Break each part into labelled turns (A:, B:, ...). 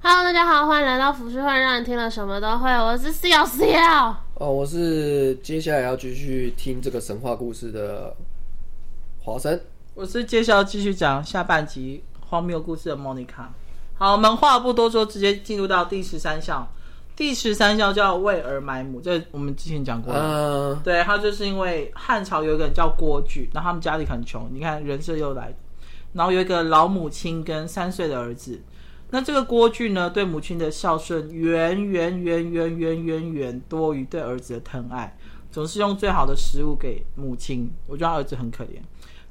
A: Hello，大家好，欢迎来到服饰会，让你听了什么都会。我是 C L C L，
B: 哦，我是接下来要继续听这个神话故事的华生。
C: 我是接下来继续讲下半集荒谬故事的莫妮卡。好，我们话不多说，直接进入到第十三项。第十三项叫为儿埋母，这我们之前讲过了。
B: 嗯，
C: 对他就是因为汉朝有一个人叫郭巨，然后他们家里很穷，你看人设又来，然后有一个老母亲跟三岁的儿子。那这个郭巨呢，对母亲的孝顺远远远远远远远多于对儿子的疼爱，总是用最好的食物给母亲。我觉得他儿子很可怜，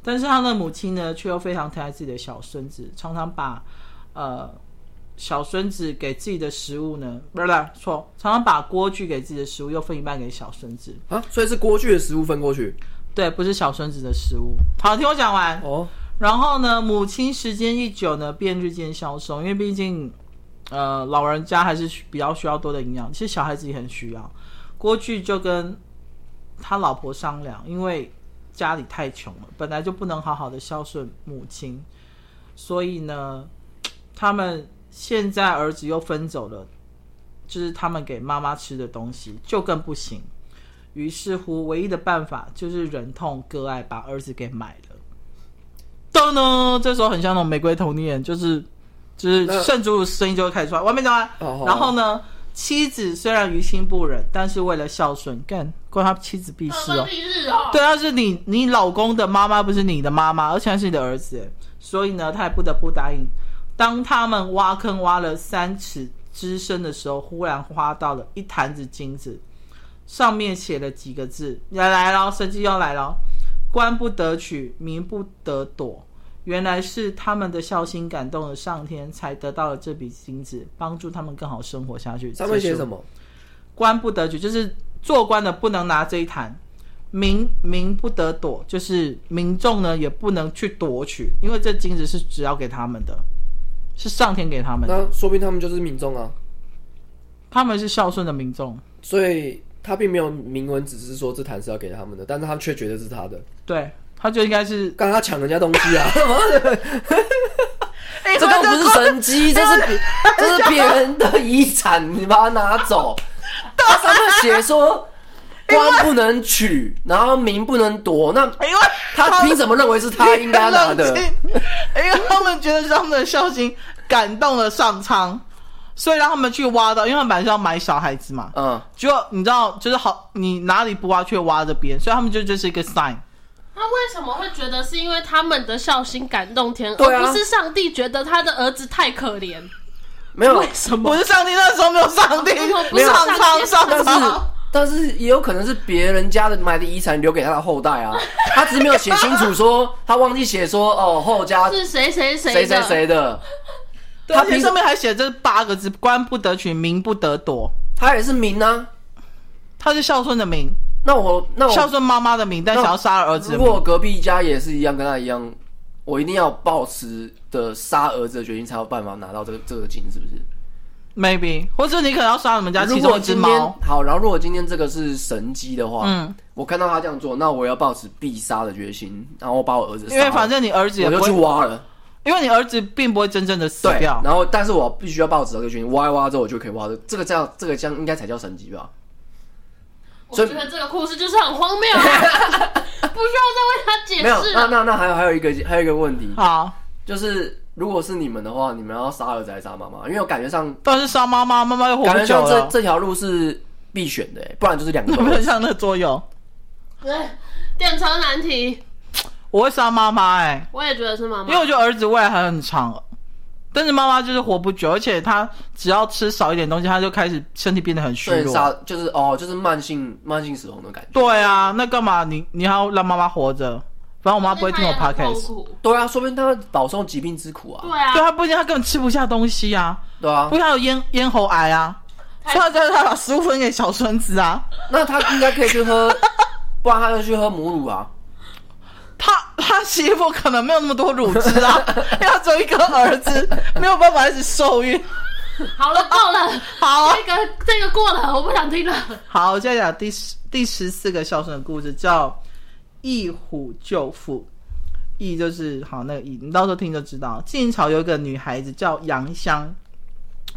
C: 但是他的母亲呢，却又非常疼爱自己的小孙子，常常把呃小孙子给自己的食物呢，不是不是错，常常把锅具给自己的食物又分一半给小孙子。
B: 啊，所以是锅具的食物分过去。
C: 对，不是小孙子的食物。好，听我讲完。
B: 哦，
C: 然后呢，母亲时间一久呢，便日渐消瘦，因为毕竟，呃，老人家还是需比较需要多的营养，其实小孩子也很需要。郭巨就跟他老婆商量，因为家里太穷了，本来就不能好好的孝顺母亲，所以呢，他们现在儿子又分走了，就是他们给妈妈吃的东西就更不行。于是乎，唯一的办法就是忍痛割爱，把儿子给买了。噔噔，这时候很像那种玫瑰童年，就是就是
B: 那
C: 圣主声音就会开始出来，完美讲完。
B: 哦好
C: 然后呢，妻子虽然于心不忍，但是为了孝顺，干关他妻子必事哦。
A: 必日哦。
C: 对，他是你你老公的妈妈，不是你的妈妈，而且还是你的儿子耶，所以呢，他也不得不答应。当他们挖坑挖了三尺之深的时候，忽然挖到了一坛子金子，上面写了几个字，来来喽，神机要来喽，官不得取，民不得躲。原来是他们的孝心感动了上天，才得到了这笔金子，帮助他们更好生活下去。
B: 上面写
C: 么？
B: 什么？
C: 官不得举，就是做官的不能拿这一坛；民民不得躲，就是民众呢也不能去夺取，因为这金子是只要给他们的，是上天给他们的，
B: 那说明他们就是民众啊，
C: 他们是孝顺的民众。
B: 所以他并没有明文只是说这坛是要给他们的，但是他却觉得是他的。
C: 对，他就应该是，
B: 刚他抢人家东西 啊，
C: 哎
B: 这
C: 我
B: 根
C: 的
B: 本不是神 机，这是别这是别人的遗产，你把它拿走。他上面写说官不能取，然后民不能夺，那
C: 哎呦，
B: 他凭什么认为是 他应该拿的
C: 冷？静因为哎他们觉得是他们的孝心感动了上苍，所以让他们去挖到，因为他们本来是要买小孩子嘛，
B: 嗯，
C: 就你知道，就是好，你哪里不挖却挖这边，所以他们就这是一个 sign。
A: 他为什么会觉得是因为他们的孝心感动天，
B: 对啊
A: 而不是上帝觉得他的儿子太可怜？
B: 没有
A: 为，什么？
C: 不是上帝，那时候没有上帝，
A: 哦不是
C: 上
A: 上帝
C: 苍上
B: 但是
C: 苍。
B: 但是也有可能是别人家的买的遗产留给他的后代啊，他只是没有写清楚说，他忘记写说哦后家
A: 是谁谁
B: 谁
A: 谁
B: 谁
A: 的？
B: 谁的，
C: 对，而且
B: 凭
C: 上面还写这八个字：官不得取，民不得夺。
B: 他也是民啊。
C: 他是孝顺的民，
B: 那我那
C: 孝
B: 我
C: 顺妈妈的民，但
B: 那
C: 想要杀了儿子的
B: 如
C: 民。
B: 果隔壁家也是一样跟他一样，我一定要抱持的杀儿子的决心才有办法拿到这个这个金，是不是？
C: maybe，或者你可能要杀你们家
B: 如
C: 其中
B: 果
C: 一只
B: 今天
C: 猫。
B: 好，然后如果今天这个是神机的话，
C: 嗯，
B: 我看到他这样做，那我要抱持必杀的决心，然后把我儿子杀
C: 因
B: 了，
C: 为反正你儿子也
B: 我
C: 不
B: 就
C: 会
B: 去，挖了。
C: 因为你儿子并不会真正的死
B: 对，
C: 掉。
B: 然后但是我必须要抱持这个决心，挖一挖之后我就可以挖的，这个叫这个将应该才叫神级吧？
A: 我觉得这个故事就是很荒谬、啊， 不需要再为他解
B: 没有，
A: 释
B: 那
A: 了。
B: 那那还有还有一个还有一个问题，
C: 好，
B: 就是如果是你们的话，你们要杀儿子还是杀妈妈？因为我感觉上
C: 但是杀妈妈，妈妈又活
B: 感
C: 不
B: 觉
C: 久
B: 上这
C: 了，
B: 这条路是必选的、不然就是两 个
C: 有
B: 都
C: 没有像那个桌游？
A: 对，哎电超难题，
C: 我会杀妈妈哎、
A: 我也觉得是妈
C: 因为
A: 妈。
C: 我觉得儿子未来还很长，但是妈妈就是活不久，而且她只要吃少一点东西，她就开始身体变得很虚
B: 对杀
C: 弱。
B: 就是哦，就是慢性慢性死亡的感觉。
C: 对啊，那干嘛你你还要让妈妈活着？反正我妈不会听我
A: 那他也很
C: podcast，
A: 痛苦
B: 对啊，说不定他饱受疾病之苦啊
A: 对，啊
C: 对，她不一定，她根本吃不下东西啊，
B: 对啊
C: 不，然她有咽咽喉癌啊，所以她才她把食物分给小孙子啊。
B: 那他应该可以去喝， 不然他就去喝母乳啊。
C: 他他媳妇可能没有那么多乳汁啊，因为她只有一个儿子，没有办法一直受孕。
A: 好了，够了，
C: 好啊
A: 这个这个过了，我不想听了。
C: 好，我现在讲第十第十四个孝顺的故事，叫《一虎救父》。义就是好那个义，你到时候听就知道。晋朝有一个女孩子叫杨香，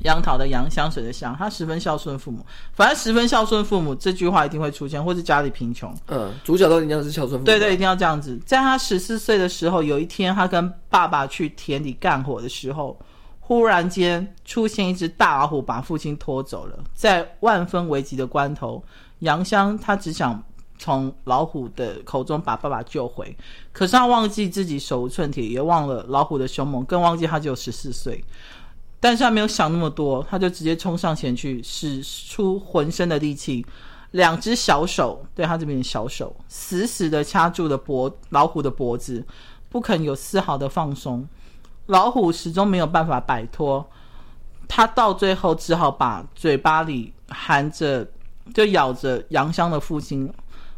C: 杨桃的杨，香水的香，他十分孝顺父母。反正十分孝顺父母这句话一定会出现，或是家里贫穷。
B: 嗯，主角都一定要是孝顺父母。
C: 对对，一，定要这样子。在他十四岁的时候，有一天他跟爸爸去田里干活的时候，忽然间出现一只大老虎，把父亲拖走了。在万分危急的关头，杨香他只想从老虎的口中把爸爸救回，可是他忘记自己手无寸铁，也忘了老虎的凶猛，更忘记他只有十四岁。但是他没有想那么多，他就直接冲上前去，使出浑身的力气，两只小手对他这边的小手死死的掐住了脖老虎的脖子，不肯有丝毫的放松。老虎始终没有办法摆脱，他到最后只好把嘴巴里含着就咬着杨香的父亲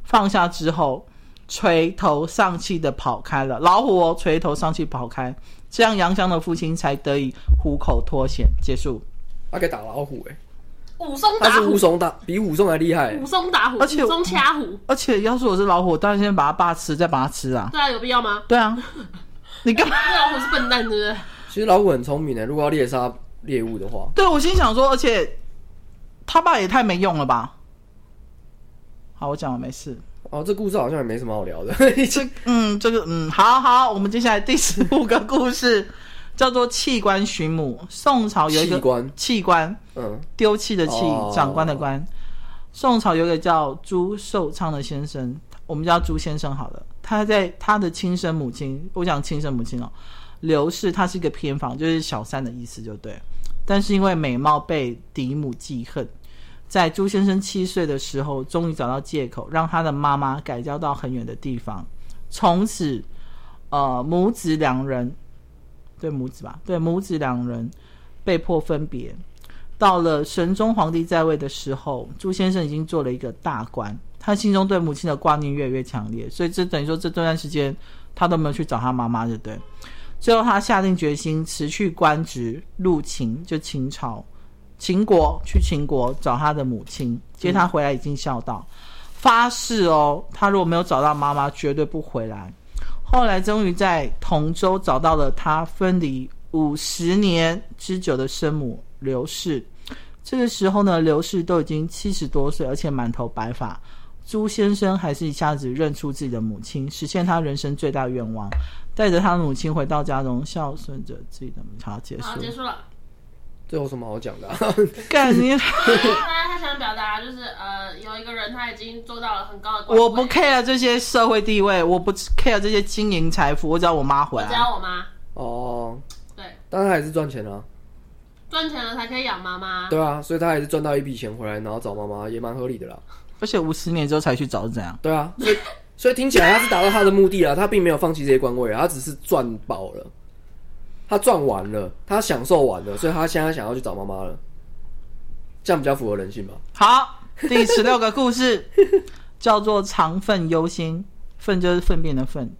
C: 放下之后，垂头丧气的跑开了。老虎哦，垂头丧气跑开，这样杨香的父亲才得以虎口脱险。结束。
B: 他可以打老虎哎、
A: 武松
B: 他
A: 打
B: 是武
A: 虎，
B: 松打，比武松还 厉害、
A: 武松打虎，
C: 而且
A: 武松掐虎，
C: 而且要是我是老虎，我当然先把他爸吃，再把他吃啊。
A: 对啊，有必要吗？
C: 对 啊，你干嘛？
A: 那老虎是笨蛋，对不对？
B: 其实老虎很聪明的、欸如果要猎杀猎物的话，
C: 对我心想说，而且他爸也太没用了吧。好，我讲了，没事。
B: 哦，这故事好像也没什么好聊的。
C: 这嗯，这个嗯，好好，我们接下来第十五个故事叫做弃官寻母。宋朝哦有一个
B: 器官
C: 器官
B: 嗯，
C: 丢弃的弃，
B: 哦
C: 长官的官。宋朝有一个叫朱寿昌的先生，我们叫朱先生好了。他在他的亲生母亲，我讲亲生母亲哦，刘氏，她是一个偏房，就是小三的意思，就对。但是因为美貌被嫡母记恨，在朱先生七岁的时候，终于找到借口，让他的妈妈改嫁到很远的地方。从此，呃，母子两人，对母子吧，对母子两人被迫分别。到了神宗皇帝在位的时候，朱先生已经做了一个大官，他心中对母亲的挂念越来越强烈，所以这等于说这段时间他都没有去找他妈妈，对不对？最后他下定决心辞去官职，入秦，就秦朝，秦国去秦国找他的母亲，接他回来已经孝道，发誓哦，他如果没有找到妈妈，绝对不回来。后来终于在同州找到了他分离五十年之久的生母刘氏。这个时候呢，刘氏都已经七十多岁，而且满头白发。朱先生还是一下子认出自己的母亲，实现他人生最大愿望，带着他的母亲回到家中，孝顺着自己的母亲。好，结
A: 好，结
C: 束。
A: 束 了。
B: 这有什么好讲的啊、
C: 干你！
A: 他他想表达就是呃，有一个人他已经做到了很高的官位，
C: 我不 care 这些社会地位，我不 care 这些金银财富，我只要我妈回
A: 我只
C: 来。
A: 要我妈
B: 哦，
A: 对，
B: 但他还是赚钱啊，
A: 赚钱了才可以养妈妈。
B: 对啊，所以他还是赚到一笔钱回来，然后找妈妈也蛮合理的啦。
C: 而且五十年之后才去找是怎样？
B: 对啊，所以所以听起来他是达到他的目的了，他并没有放弃这些官位啊，他只是赚饱了，他赚完了，他享受完了，所以他现在想要去找妈妈了，这样比较符合人性吧？
C: 好，第十六个故事叫做“肠粪忧心”，粪就是粪便的粪。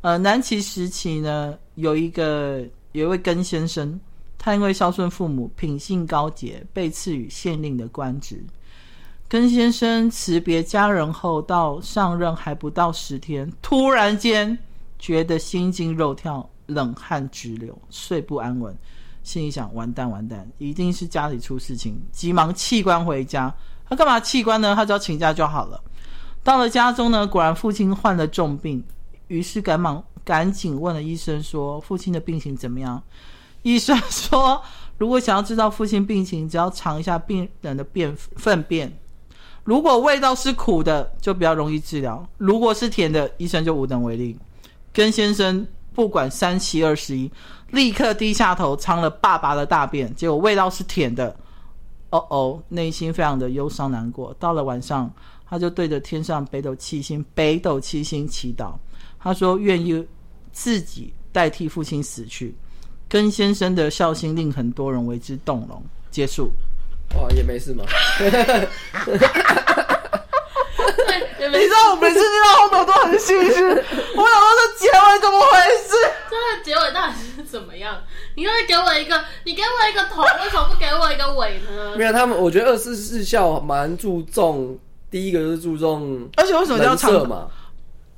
C: 呃，南齐时期呢，有一个有一位根先生，他因为孝顺父母，品性高洁，被赐予县令的官职。根先生辞别家人后，到上任还不到十天，突然间觉得心惊肉跳，冷汗直流，睡不安稳。心里想：完蛋，完蛋，一定是家里出事情，急忙弃官回家。他干嘛弃官呢？他只要请假就好了。到了家中呢，果然父亲患了重病，于是赶忙赶紧问了医生说：“父亲的病情怎么样？”医生说：“如果想要知道父亲病情，只要尝一下病人的便粪便，如果味道是苦的，就比较容易治疗；如果是甜的，医生就无能为力。”跟先生不管三七二十一，立刻低下头尝了爸爸的大便，结果味道是甜的。哦哦，内心非常的忧伤难过。到了晚上，他就对着天上北斗七星北斗七星祈祷，他说愿意自己代替父亲死去。跟先生的孝心令很多人为之动容。结束。
B: 哇，也没事嘛。
A: 对，
C: 你知道我每次听到后头都很心虚，我想说这结尾怎么回事？
A: 这个结尾到底是怎么样？你要给我一个，你给我一个头，为什么不给我一个尾呢？
B: 没有他们，我觉得二十四孝蛮注重，第一个就是注重
C: 而且为什么叫
B: 人
C: 长
B: 设嘛，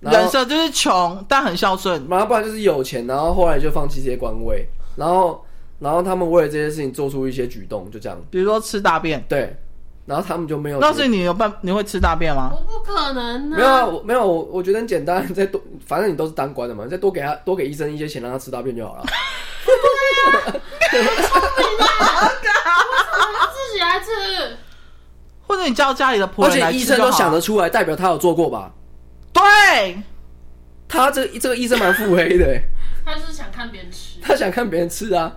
B: 然后
C: 人设就是穷但很孝顺，
B: 然后不然就是有钱，然后后来就放弃这些官位，然后然后他们为了这些事情做出一些举动，就这样。
C: 比如说吃大便，
B: 对，然后他们就没有
C: 那所以你有办你会吃大便吗？
A: 我不可能
B: 没有啊，
A: 啊！
B: 我没有，我我觉得很简单， 再多，反正你都是当官的嘛，再多给他多给医生一些钱，让他吃大便就好 了。
A: 自己来吃，
C: 或者你叫家里的仆
B: 而
C: 人来
B: 且
C: 吃
B: 医生
C: 就
B: 都
C: 好
B: 想
C: 了
B: 得出来，代表他有做过吧？
C: 对，
B: 他这这个医生蛮腹黑的、欸，
A: 他就是想看别人吃。
B: 他想看别人吃啊。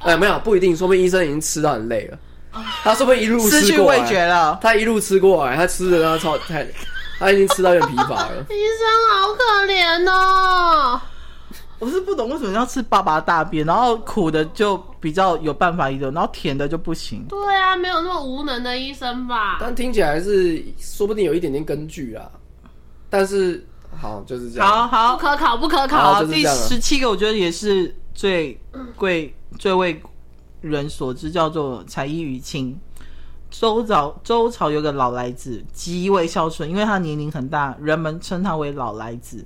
B: 哎、没有，不一定，说不定医生已经吃到很累了，他说不定一路
C: 失
B: 吃
C: 去
B: 过
C: 味
B: 来，
C: 觉了。
B: 他一路吃过来，他吃的他超太，他已经吃到有点疲乏了。
A: 医生好可怜哦，
C: 我是不懂为什么要吃爸爸大便，然后苦的就比较有办法移动，然后甜的就不行。
A: 对啊，没有那么无能的医生吧？
B: 但听起来是说不定有一点点根据啊，但是好就是这样。
C: 好
A: 不
C: 好
A: 可考，不可考。
B: 好哦就是
C: 第
B: 这样啊了
C: 十七个我觉得也是最贵、最为人所知，叫做才艺于亲。周朝周朝有个老来子，极为孝顺，因为他年龄很大，人们称他为老来子。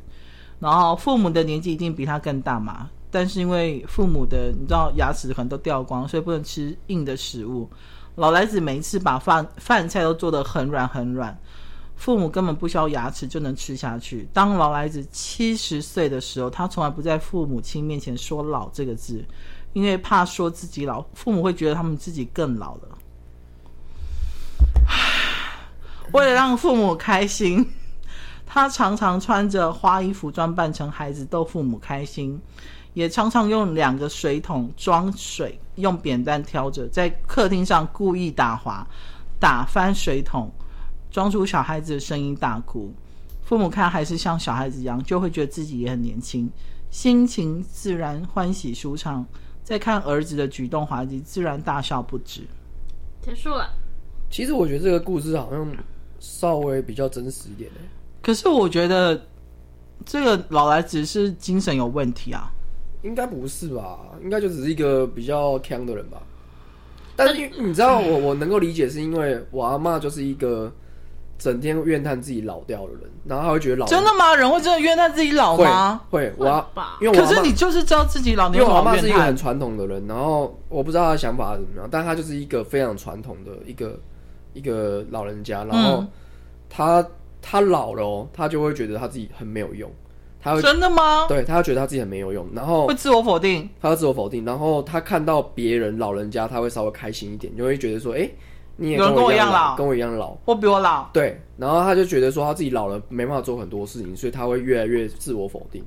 C: 然后父母的年纪一定比他更大嘛，但是因为父母的你知道牙齿可能都掉光，所以不能吃硬的食物。老来子每一次把饭饭菜都做得很软很软，父母根本不需要牙齿就能吃下去。当老来子七十岁的时候，他从来不在父母亲面前说“老”这个字，因为怕说自己老，父母会觉得他们自己更老了。唉为了让父母开心，他常常穿着花衣服装扮成孩子逗父母开心，也常常用两个水桶装水，用扁担挑着，在客厅上故意打滑，打翻水桶，装出小孩子的声音大哭。父母看还是像小孩子一样，就会觉得自己也很年轻，心情自然欢喜舒畅。再看儿子的举动滑稽，自然大笑不止。
A: 结束了，
B: 其实我觉得这个故事好像稍微比较真实一点、欸。
C: 可是我觉得这个老来只是精神有问题啊。
B: 应该不是吧？应该就只是一个比较强的人吧。但是你知道我我能够理解，是因为我阿嬷就是一个整天怨叹自己老掉的人，然后她会觉得老
C: 真的吗？人会真的怨叹自己老
B: 会
C: 吗？
B: 会我阿
A: 会吧
B: 因为我
C: 可
B: 阿
C: 是
B: 嬷
C: 你就是知道自己老，你
B: 因
C: 为
B: 为
C: 什
B: 我
C: 么
B: 阿嬷
C: 要
B: 是一
C: 怨
B: 个很
C: 叹？
B: 传统的人，然后我不知道她的想法是怎么样，但她就是一个非常传统的一个一个老人家，然后
C: 嗯
B: 她她老了哦，她就会觉得她自己很没有用，她会
C: 真的吗？
B: 呃对她会觉得她自己很没有用，然后
C: 会自我否定？
B: 他自我否定，然后他看到别人老人家，他会稍微开心一点，就会觉得说，哎、你也
C: 有人
B: 跟我
C: 跟我一样
B: 老，
C: 老
B: 跟我一样老，
C: 我比我老，
B: 对，然后他就觉得说他自己老了没办法做很多事情，所以他会越来越自我否定。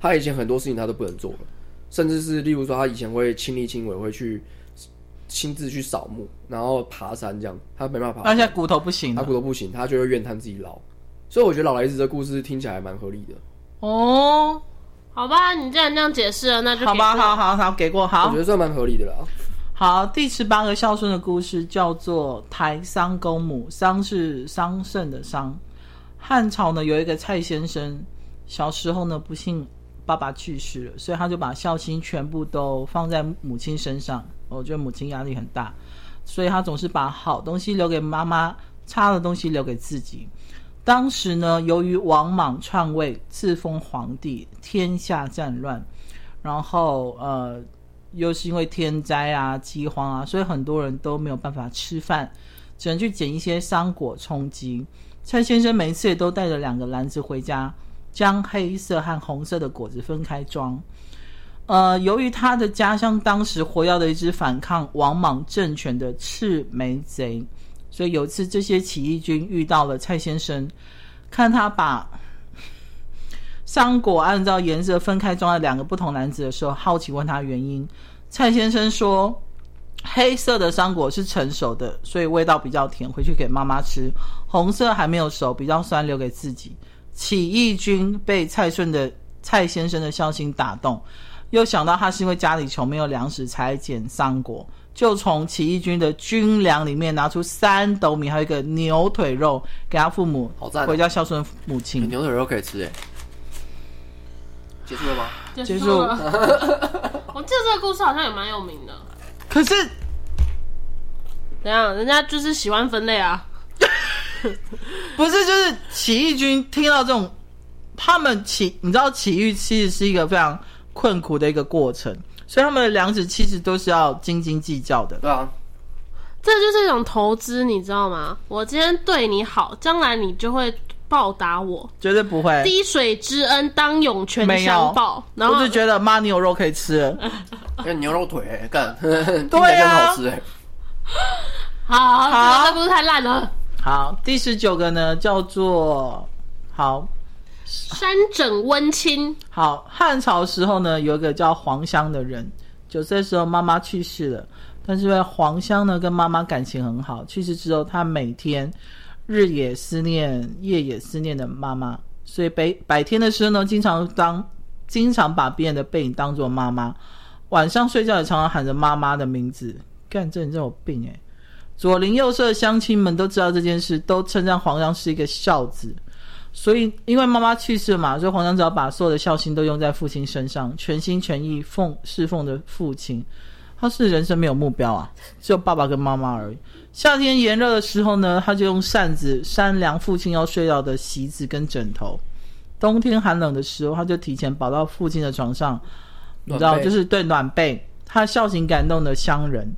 B: 他以前很多事情他都不能做了，甚至是例如说他以前会亲力亲为，会去亲自去扫墓，然后爬山这样，他没办法爬
C: 而
B: 山，
C: 且骨头不行
B: 他
C: 了。
B: 骨头不行，他就会怨叹自己老。所以我觉得老来子的故事听起来蛮合理的，
C: 哦，
A: 好吧，你既然这样解释了，那就
C: 好吧，
A: 给过
C: 好好好，给过
B: 我
C: 好
B: 觉得算蛮合理的啦。
C: 好。第十八个孝顺的故事叫做台桑公母，桑是桑葚的桑。汉朝呢有一个蔡先生，小时候呢不幸爸爸去世了，所以他就把孝心全部都放在母亲身上。我觉得母亲压力很大，所以他总是把好东西留给妈妈，差的东西留给自己。当时呢，由于王莽篡位，自封皇帝，天下战乱，然后呃，又是因为天灾啊、饥荒啊，所以很多人都没有办法吃饭，只能去捡一些桑果充饥。蔡先生每一次也都带着两个篮子回家，将黑色和红色的果子分开装。呃，由于他的家乡当时活跃的一支反抗王莽政权的赤眉贼，所以有一次这些起义军遇到了蔡先生，看他把桑果按照颜色分开装在两个不同篮子的时候，好奇问他原因。蔡先生说，黑色的桑果是成熟的，所以味道比较甜，回去给妈妈吃；红色还没有熟，比较酸，留给自己。起义军被蔡顺的蔡先生的孝心打动，又想到他是因为家里穷没有粮食才捡桑果，就从起义军的军粮里面拿出三斗米，还有一个牛腿肉给他父母，
B: 好赞哦
C: 回家孝顺母亲。
B: 牛腿肉可以吃哎、结束了吗？
A: 结
C: 结
A: 束
C: 束
A: 了。 我记得这个故事好像也蛮有名的。
C: 可是
A: 怎样？人家就是喜欢分类啊。
C: 不是，就是起义军听到这种，他们起，你知道起义其实是一个非常困苦的一个过程。所以他们的良子妻子都是要斤斤计较的。
B: 对啊，
A: 这就是一种投资，你知道吗？我今天对你好，将来你就会报答我。
C: 绝对不会。
A: 滴水之恩，当涌泉相报。然
C: 我
A: 后
C: 只觉得妈，你有肉可以吃了。
B: 那牛肉腿欸干，
C: 啊 对啊
B: 听起来就很好吃哎。
A: 好，
C: 好
A: 好这个故事太烂了。
C: 好，第十九个呢，叫做好
A: 山枕温馨，
C: 好汉朝时候呢，有一个叫黄香的人，九岁时候妈妈去世了，但是因为黄香呢跟妈妈感情很好，去世之后他每天日也思念，夜也思念的妈妈，所以白白天的时候呢，经常当经常把别人的背影当做妈妈，晚上睡觉也常常喊着妈妈的名字。干，这人真有病哎、左邻右舍的乡亲们都知道这件事，都称赞皇上是一个孝子。所以，因为妈妈去世嘛，所以皇上只要把所有的孝心都用在父亲身上，全心全意奉侍奉着父亲。他是人生没有目标啊，只有爸爸跟妈妈而已。夏天炎热的时候呢，他就用扇子扇凉父亲要睡觉的席子跟枕头；冬天寒冷的时候，他就提前跑到父亲的床上，你知
B: 暖
C: 道，
B: 被
C: 就是对暖被。他孝行感动的乡人，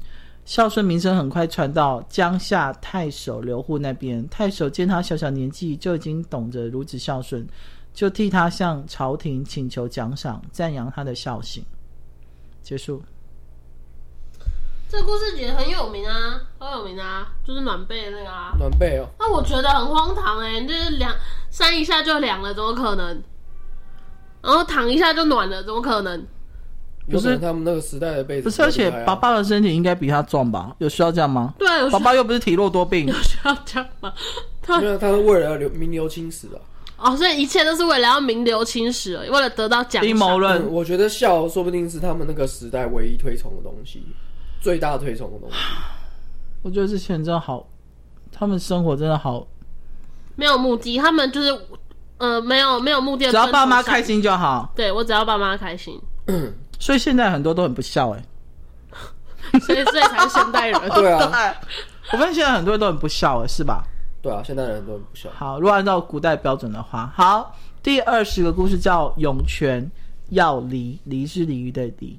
C: 孝顺名声很快传到江夏太守刘户那边。太守见他小小年纪就已经懂得如此孝顺，就替他向朝廷请求奖赏，赞扬他的孝行。结束。
A: 这个故事也很有名啊，很有名啊，就是暖被的那个啊。
B: 暖被哦，
A: 那我觉得很荒唐哎、就是凉扇一下就凉了，怎么可能？然后躺一下就暖了，怎么可能？
B: 有
C: 不是
B: 可能他们那个时代的被子
C: 不是，而且
B: 比较厉害啊
C: 爸爸的身体应该比他壮吧？有需要这样吗？
A: 对啊，有需
C: 爸爸又不是体弱多 病
A: 有，需要这样吗？他
B: 没有，他是啊为了流名流青史啊。
A: 哦，所以一切都是为了要名留青史而已，为了得到奖赏。
C: 阴谋论
B: 嗯，。我觉得孝说不定是他们那个时代唯一推崇的东西，最大推崇的东西。
C: 我觉得这些人真的好，他们生活真的好，
A: 没有目的，他们就是呃没有没有目的的
C: 只要
A: 奔
C: 爸妈
A: 头上
C: 开，心就好。
A: 对我只要爸妈开心，
C: 所以现在很多都很不孝哎、
A: 所以所以才是现代
C: 哦
A: 人。
B: 对啊，
C: 我发现现在很多人都很不孝哎、是吧？
B: 对啊，现代人很多人不孝。
C: 好，如果按照古代标准的话，好，第二十个故事叫《涌泉要离》，离是鲤鱼的离。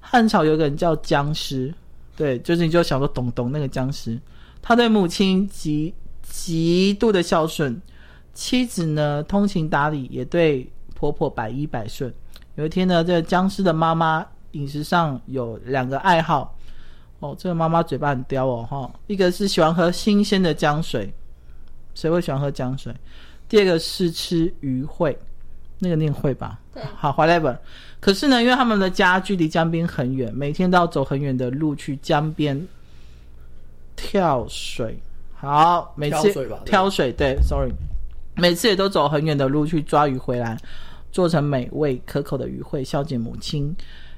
C: 汉朝有一个人叫僵尸，对，就是你就想说董董那个僵尸，他对母亲极极度的孝顺，妻子呢通情达理，也对婆婆百依百顺。有一天呢，这个僵尸的妈妈饮食上有两个爱好，哦，这个妈妈嘴巴很刁哦，哈、一个是喜欢喝新鲜的姜水，谁会喜欢喝姜水？第二个是吃鱼会，那个念会吧？
A: 对
C: 好，whatever。可是呢，因为他们的家距离江边很远，每天都要走很远的路去江边跳水。好，每次
B: 挑水吧对
C: 挑水对，sorry，每次也都走很远的路去抓鱼回来，做成美味可口的鱼会孝敬母亲。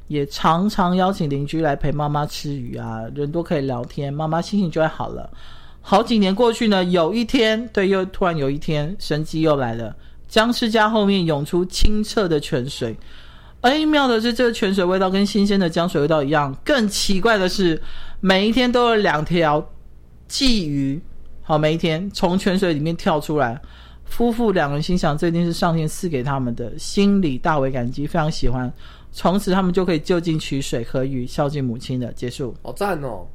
C: 也常常邀请邻居来陪妈妈吃鱼啊，人多可以聊天，妈妈心情就会好了。好几年过去呢，有一天，对，又突然有一天，神机又来了，僵尸家后面涌出清澈的泉水。哎，妙的是，这个泉水味道跟新鲜的江水味道一样。更奇怪的是，每一天都有两条鲫鱼，好，每一天从泉水里面跳出来。夫妇两人心想，这一定是上天赐给他们的，心里大为感激，非常喜欢。从此他们就可以就近取水和鱼，孝敬母亲了。结束。
B: 好赞哦！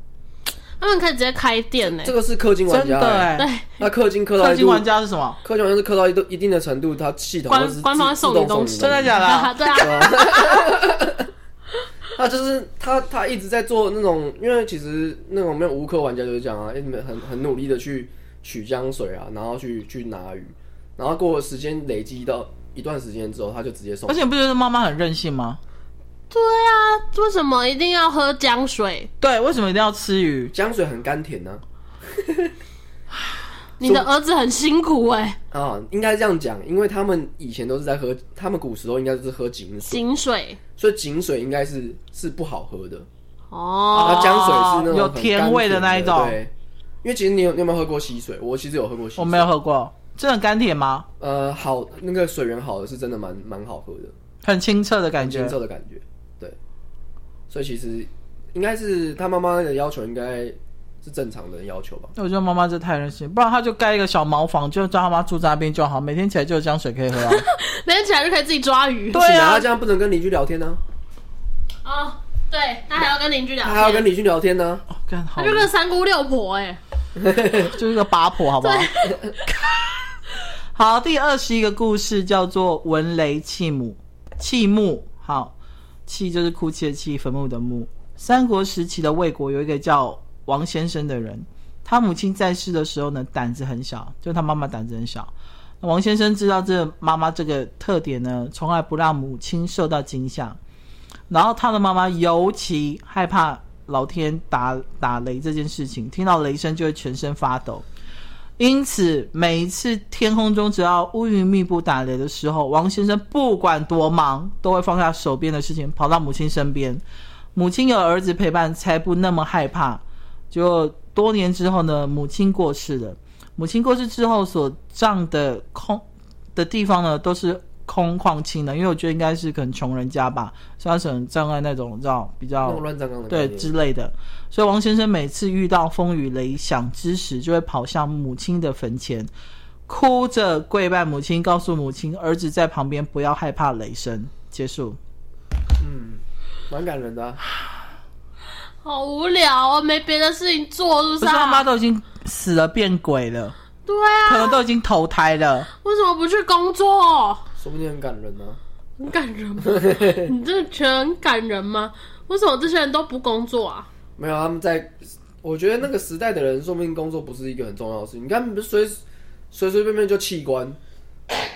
A: 他们可以直接开店欸呢、
B: 这个是氪金玩
C: 哎真
B: 家、
C: 的
B: 欸，
C: 哎、
A: 对，
B: 那氪金氪到
C: 氪
B: 一
C: 金
B: 定，
C: 玩家是什么？
B: 氪金玩家是氪到一定一定的程度，它系统
A: 官
B: 会自
A: 官方
B: 自
A: 送你
B: 动
A: 东
B: 送
A: 西
C: 真的假的 啊？
A: 对啊，
B: 对啊， 他就是他，他一直在做那种，因为其实那种没有无氪玩家就是这样啊，因为很很努力的去取江水啊，然后去去拿鱼，然后过了时间累积到一段时间之后，他就直接送
C: 而。且你不觉得妈妈很任性吗？
A: 对啊，为什么一定要喝姜水？
C: 对，为什么一定要吃鱼？
B: 江水很甘甜啊呢、
A: 你的儿子很辛苦哎、
B: 啊，应该这样讲，因为他们以前都是在喝，他们古时候应该是喝井水，
A: 井水
B: 所以井水应该是是不好喝的，
A: 哦
B: 那，
C: 啊
B: 江水是那种
C: 有
B: 很
C: 甜
B: 甘
C: 味的那一种
B: 对，因为其实你有你有没有喝过溪水？我其实有喝过溪水，
C: 我没有喝过，真的甘甜吗？
B: 呃，好，那个水源好的是真的蛮蛮好喝的，
C: 很清澈的感
B: 很
C: 觉
B: 清。澈的感觉。对，所以其实应该是他妈妈的要求，应该是正常的要求吧。
C: 我觉得妈妈这太任性，不然她就盖一个小茅房，就叫她妈住在那边就好，每天起来就有江水可以喝、啊。
A: 每天起来就可以自己抓鱼
C: 对啊
B: 他这样不能跟邻居聊天呢、
A: 啊。对他还要跟邻
C: 啊
A: 居聊
B: 他
A: 天，
B: 还要跟邻居聊天啊呢、
C: 哦，干好
A: 他，就跟三姑六婆哎、
C: 就是个八婆，好不好？ 好，第二十一个故事叫做文雷弃母，弃墓。好，弃就是哭泣的泣，坟墓的墓。三国时期的魏国有一个叫王先生的人，他母亲在世的时候呢，胆子很小，就他妈妈胆子很小。那王先生知道这妈妈这个特点呢，从来不让母亲受到惊吓。然后他的妈妈尤其害怕老天打打雷这件事情，听到雷声就会全身发抖。因此，每一次天空中只要乌云密布打雷的时候，王先生不管多忙，都会放下手边的事情，跑到母亲身边。母亲有儿子陪伴，才不那么害怕。就多年之后呢，母亲过世了。母亲过世之后所葬的空的地方呢，都是空旷清的，因为我觉得应该是可能穷人家吧，所以他可能葬在那种你知道比
B: 那
C: 较
B: 种乱葬岗的概
C: 对
B: 念
C: 之类的。所以王先生每次遇到风雨雷响之时，就会跑向母亲的坟前，哭着跪拜母亲，告诉母亲儿子在旁边不要害怕雷声。结束。
B: 嗯，蛮感人的、啊。
A: 好无聊啊，没别的事情做是不
C: 不
A: 是
C: 是
A: 啊？
C: 他妈都已经死了变鬼了，
A: 对
C: 可
A: 啊，
C: 能都已经投胎了。
A: 为什么不去工作？
B: 说不定很感人呢、啊
A: 很感人吗？你真的觉得很感人吗？为什么这些人都不工作啊？
B: 没有，他们在，我觉得那个时代的人，说不定工作不是一个很重要的事情。你看，不是随随随便便就器官，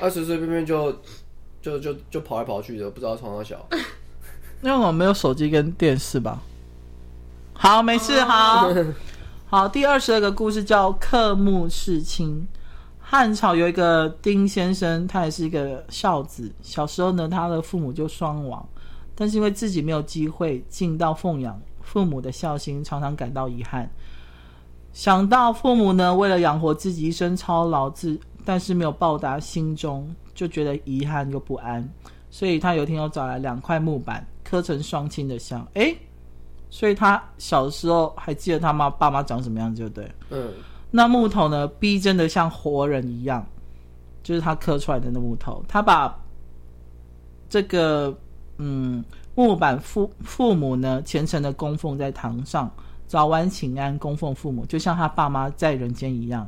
B: 啊，随随便便就就就就跑来跑去的，不知道床上小。
C: 因为我没有手机跟电视吧。好，没事，好，好。第二十二个故事叫克木世亲。汉朝有一个丁先生，他也是一个孝子。小时候呢，他的父母就双亡，但是因为自己没有机会尽到奉养父母的孝心，常常感到遗憾。想到父母呢，为了养活自己一生操劳自，但是没有报答心中，就觉得遗憾又不安。所以他有一天又找来两块木板刻成双亲的像，诶，所以他小时候还记得他妈爸妈长什么样子，就对了。
B: 嗯，
C: 那木头呢，逼真的像活人一样，就是他刻出来的那木头。他把这个嗯木板父父母呢虔诚的供奉在堂上，早晚请安供奉父母，就像他爸妈在人间一样。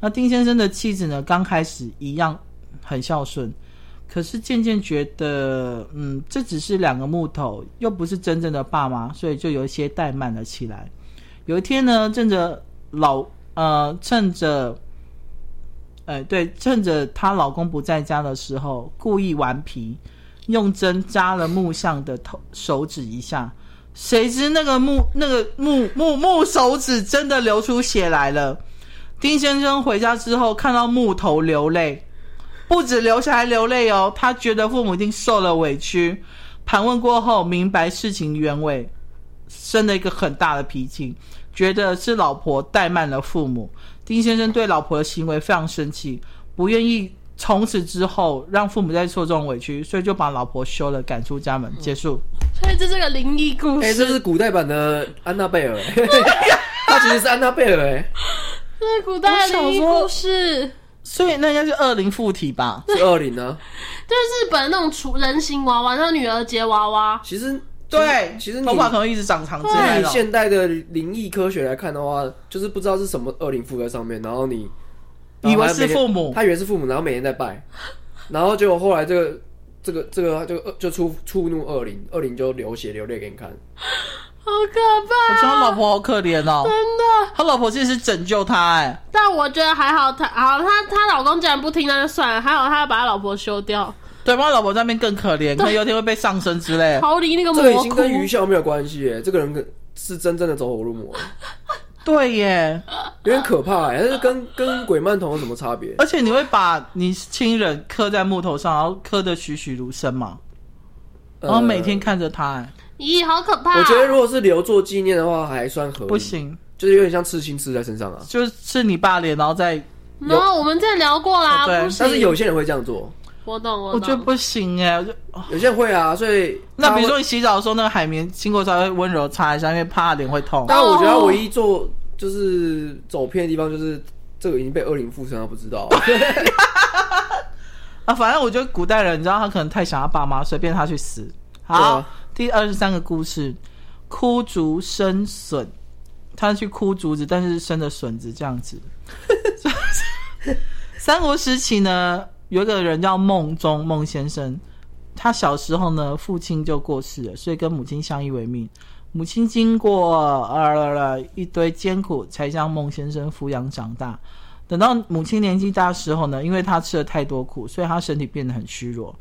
C: 那丁先生的妻子呢，刚开始一样很孝顺，可是渐渐觉得，嗯，这只是两个木头，又不是真正的爸妈，所以就有一些怠慢了起来。有一天呢，趁着老呃，趁着，哎、对，趁着她老公不在家的时候，故意顽皮，用针扎了木像的头手指一下，谁知那个木那个木木木手指真的流出血来了。丁先生回家之后，看到木头流泪，不止流下来流泪哦，他觉得父母亲受了委屈。盘问过后，明白事情原委，生了一个很大的脾气，觉得是老婆怠慢了父母。丁先生对老婆的行为非常生气，不愿意从此之后让父母再受这种委屈，所以就把老婆休了，赶出家
B: 嗯
C: 门。结束。
A: 所以这是个灵异故
B: 哎、
A: 事，
B: 这是古代版的安娜贝尔、欸， 他其实是安娜贝尔、欸，
A: 这是古代的灵异故事，
C: 所以那应该是恶灵附体吧？
B: 是二零啊呢。
A: 就是日本那种雏人形娃娃，像女儿节娃娃，
B: 其实，
C: 对，
B: 其实你
C: 头发可能一直长长之
A: 对
C: 类
B: 以
C: 的。
B: 现代的灵异科学来看的话，就是不知道是什么恶灵附在上面，然后你
C: 以为
B: 然后他每
C: 是
B: 天
C: 父母
B: 他以为是父母，然后每天在拜，然后结果后来这个这个这个就呃就出触怒恶灵，恶灵就流血流泪给你看，
A: 好可
C: 我
A: 怕，
C: 觉得他老婆好可怜哦，
A: 真的。
C: 他老婆其实是拯救他哎、
A: 但我觉得还好他，好他他老公竟然不听，那就算了。还好他把他老婆休掉，
C: 对吧？他老婆在那边更可怜，可能有一天会被上身之类。
A: 逃离那个
B: 哎这个已
A: 魔
B: 经
A: 窟。
B: 跟愚孝没有关系耶，欸这个人跟是真正的走火入魔，
C: 对耶，
B: 有点可怕耶，但是跟跟鬼曼童有什么差别？
C: 而且你会把你亲人刻在木头上，然后刻的栩栩如生嘛，
B: 呃
C: 然后每天看着他、哎，
A: 咦，好可怕！
B: 呃，我觉得如果是留作纪念的话，还算合理，
C: 不，行，
B: 就是有点像刺青刺在身上啊，
C: 就是吃你爸脸，然后再
A: 然后我们之前聊过啦，
C: 对
A: 不行。
B: 哦但是有些人会这样做，
A: 我懂，我
C: 我
A: 懂。
C: 觉得不行哎、我就
B: 有些人会啊，所以
C: 那
B: 他
C: 比如
B: 会
C: 说你洗澡的时候，那个海绵经过稍微温柔擦一下，因为怕他脸会痛。
B: 但我觉得他
A: 哦
B: 唯一做就是走偏的地方，就是这个已经被恶灵附身，他不知 道。
C: 啊，反正我觉得古代人，你知道他可能太想他爸妈，随便他去死。好，
B: 对啊
C: 第二十三个故事，枯竹生笋，他去枯竹子，但是生的笋子这样子。 三国时期呢，有一个人叫孟宗孟先生，他小时候呢，父亲就过世了，所以跟母亲相依为命。母亲经过呃一堆艰苦，才将孟先生抚养长大。等到母亲年纪大时候呢，因为他吃了太多苦，所以他身体变得很虚弱。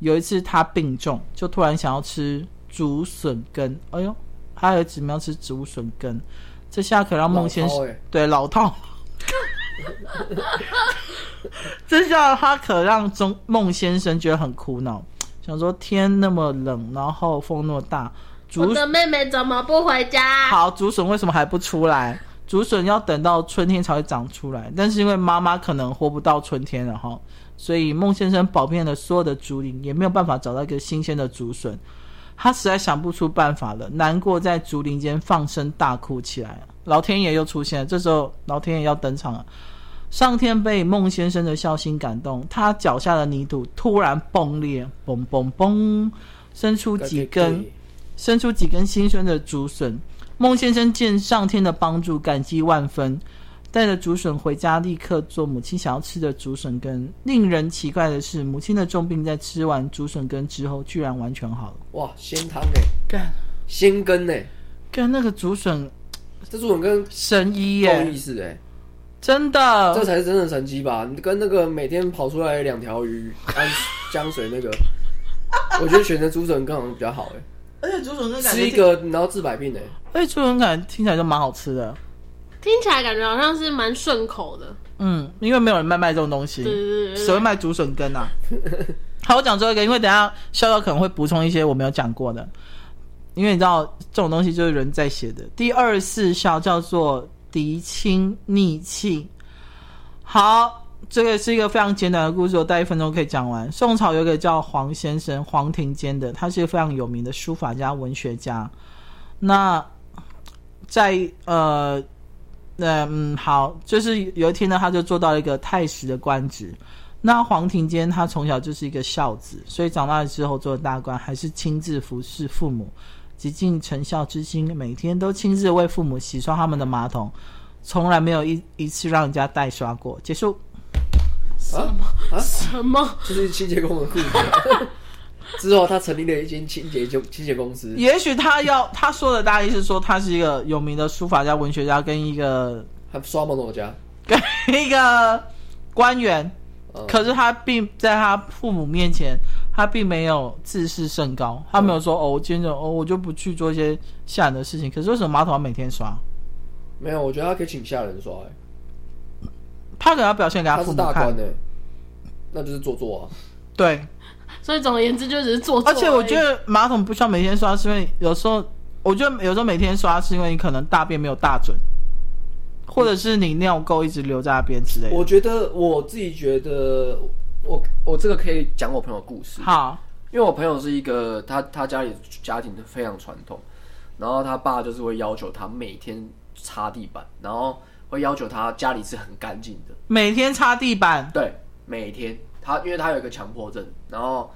C: 有一次他病重，就突然想要吃竹笋根。哎呦，他儿子们要吃竹笋根，这下可让孟先生、
B: 老饕欸
C: 对老套。 这下他可让钟孟先生觉得很苦恼，想说天那么冷，然后风那么大，
A: 我
C: 竹
A: 的妹妹怎么不回家？
C: 好，竹笋为什么还不出来？竹笋要等到春天才会长出来，但是因为妈妈可能活不到春天了哈，所以孟先生跑遍了所有的竹林，也没有办法找到一个新鲜的竹笋。他实在想不出办法了，难过在竹林间放声大哭起来。老天爷又出现了，这时候老天爷要登场了。上天被孟先生的孝心感动，他脚下的泥土突然崩裂，嘣嘣嘣，伸出几根伸出几根新生的竹笋。孟先生见上天的帮助，感激万分，带着竹笋回家，立刻做母亲想要吃的竹笋根。令人奇怪的是，母亲的重病在吃完竹笋根之后，居然完全好了。
B: 哇，鲜汤哎，
C: 干
B: 鲜羹哎，
C: 干那个竹笋
B: 这竹笋羹
C: 神医
B: 够有
C: 耶，
B: 意思哎，
C: 真
B: 这
C: 的
B: 才是真的神奇吧？你跟那个每天跑出来两条鱼安江水那个， 我觉得选择竹笋羹好像比较好 哎，
C: 而且竹笋根
B: 吃一，个然后治百病哎，
C: 而且竹笋感听起来就蛮好吃的。
A: 听起来感觉好像是蛮顺口的。
C: 嗯，因为没有人卖卖这种东西，
A: 对对对
C: 谁会
A: 对，
C: 卖竹笋根啊？ 好，我讲最后一个，因为等一下笑笑可能会补充一些我没有讲过的，因为你知道这种东西就是人在写的。第二四孝叫做嫡亲逆气。好，这个是一个非常简短的故事，我大概一分钟可以讲完。宋朝有一个叫黄先生黄庭坚的，他是一个非常有名的书法家、文学家。那在呃嗯，好，就是有一天呢，他就做到了一个太史的官职。那黄庭坚他从小就是一个孝子，所以长大了之后做了大官，还是亲自服侍父母，极尽臣孝之心，每天都亲自为父母洗刷他们的马桶，从来没有一一次让人家代刷过。结束，
B: 啊啊，
A: 什么？
B: 这是清洁工的故事 啊。之后他成立了一间清洁就清洁公司，
C: 也许他要他说的大意是说他是一个有名的书法家、文学家跟一个
B: 他刷毛头家，
C: 跟一个官员，
B: 嗯
C: 可是他并在他父母面前，他并没有自视甚高，他没有说哦，我今天就哦，我就不去做一些吓人的事情。可是为什么马桶要每天刷？
B: 没有，我觉得他可以请下人刷哎，
C: 他可能要表现给
B: 他
C: 父
B: 是
C: 母
B: 大
C: 看
B: 官，哎，那就是做作啊。
C: 对。
A: 所以总而言之，就只是做作
C: 而
A: 已。
C: 且我觉得马桶不需要每天刷，是因为有时候，我觉得有时候每天刷是因为你可能大便没有大准，或者是你尿垢一直留在那边之类的。
B: 我觉得我自己觉得，我我这个可以讲我朋友的故事，
C: 好，
B: 因为我朋友是一个他他家里家庭非常传统，然后他爸就是会要求他每天擦地板，然后会要求他家里是很干净的，
C: 每天擦地板，
B: 对，每天他因为他有一个强迫症，然后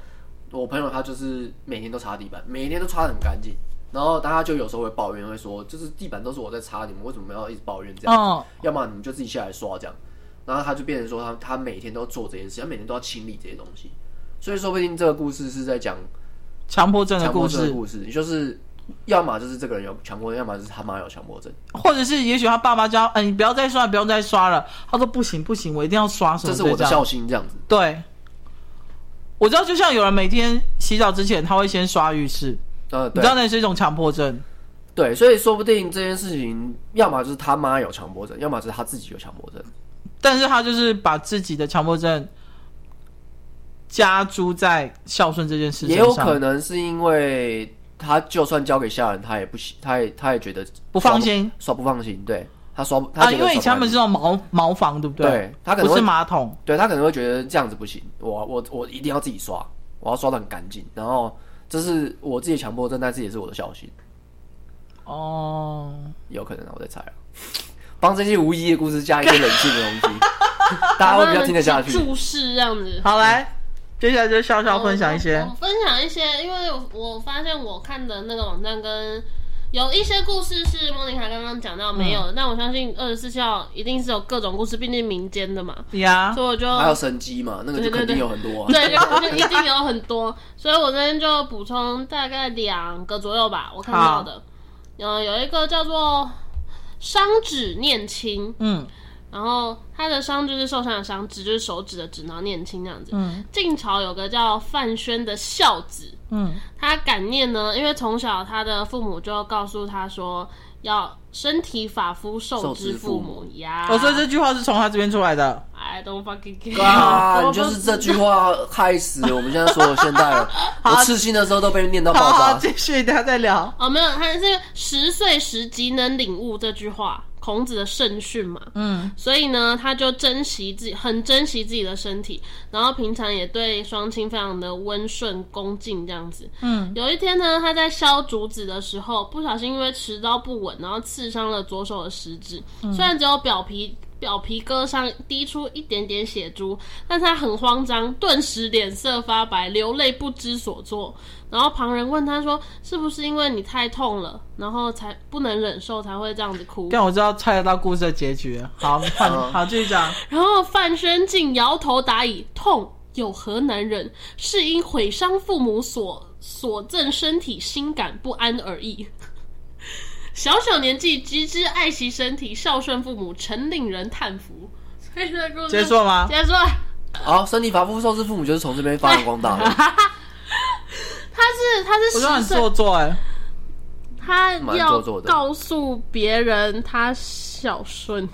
B: 我朋友他就是每天都擦地板，每天都擦得很干净，然后大家就有时候会抱怨，会说就是地板都是我在擦，你们为什么要一直抱怨这样？
C: 嗯，
B: 要么你们就自己下来刷这样。然后他就变成说他他每天都做这件事，他每天都要清理这些东西，所以说不定这个故事是在讲
C: 强迫症的
B: 强
C: 故
B: 迫症的
C: 事，
B: 故事，也就是要么就是这个人有强迫症，要么就是他妈有强迫症，
C: 或者是也许他爸妈叫他，哎，你不要再刷，不要再刷了。他说不行不行，我一定要刷什
B: 这
C: 么
B: 是
C: 之
B: 我
C: 类
B: 的
C: 这样。
B: 孝心这样子。
C: 对，我知道，就像有人每天洗澡之前，他会先刷浴室，
B: 呃，
C: 你
B: 对
C: 知道那是一种强迫症。
B: 对，所以说不定这件事情，要么就是他妈有强迫症，要么就是他自己有强迫症。
C: 但是他就是把自己的强迫症加诸在孝顺这件事情
B: 也
C: 上，
B: 有可能是因为他就算交给下人，他也不喜，他也他也觉得
C: 不放心
B: 刷不放心，对他刷不，他
C: 啊，
B: 觉得
C: 因为
B: 刷
C: 以
B: 不
C: 前他
B: 干
C: 们
B: 净
C: 是用茅茅房，对不对？
B: 对他可能
C: 不
B: 会
C: 是马桶，
B: 对他可能会觉得这样子不行，我我我一定要自己刷，我要刷的很干净。然后这是我自己强迫症，但是也是我的孝心，
C: 哦，
B: 有可能啊，我在猜啊。帮这些无意义的故事加一些冷静的东 西，大家会比较听得下去。
A: 注释这样子。
C: 好来，接下来就
A: 哦
C: 笑笑分享一些
A: 我我分享一些，因为我我发现我看的那个网站跟有一些故事是莫妮卡刚刚讲到没
C: 嗯
A: 有，但我相信二十四孝一定是有各种故事，毕竟民间的嘛，
C: 呀
A: 所以我就
B: 还有神机嘛，那个就
A: 哦对对
B: 肯定
A: 对
B: 有很多、 啊。
A: 对，就就一定有很多，所以我这边就补充大概两个左右吧，我看到的，然后有一个叫做商指念青，
C: 嗯
A: 然后他的伤就是受伤的伤，指就是手指的指，然后念青这样子。
C: 嗯
A: 晋朝有个叫范宣的孝子，
C: 嗯
A: 他感念呢，因为从小他的父母就告诉他说，要身体发肤受之父母哦呀。
C: 我说这句话是从他这边出来的。
A: I don't fucking care。
B: 啊！你就是这句话害死我们现在所有现 代人。
A: 啊
B: 我刺青的时候都被念到
C: 好
B: 爆
C: 好，
B: 炸。
C: 继续，等下再聊。
A: 哦，没有，他是十岁时即能领悟这句话，孔子的圣训嘛。
C: 嗯
A: 所以呢，他就珍惜自己，很珍惜自己的身体，然后平常也对双亲非常的温顺恭敬这样子。
C: 嗯
A: 有一天呢，他在削竹子的时候，不小心因为持刀不稳，然后刺伤了左手的食指。虽然只有表皮表皮割伤，滴出一点点血珠，但他很慌张，顿时脸色发白，流泪不知所措。然后旁人问他说：“是不是因为你太痛了，然后才不能忍受，才会这样子哭？”
C: 但我知道猜得到故事的结局。好，换你，好，继续讲。
A: 然后范宣敬摇头答以：“痛有何难忍？是因毁伤父母所所赠身体，心感不安而已。”小小年纪，极之爱惜身体，孝顺父母，诚令人叹服。所以这故事
C: 结束了吗
A: 结束了。啊
B: 好，身体发肤受之父母就是从这边发扬光大 的。
A: 他是他是
C: 我觉得
A: 十
C: 很
A: 岁
C: 做，作哎、
A: 他
B: 蛮
A: 要
B: 做作的
A: 告诉别人他孝顺。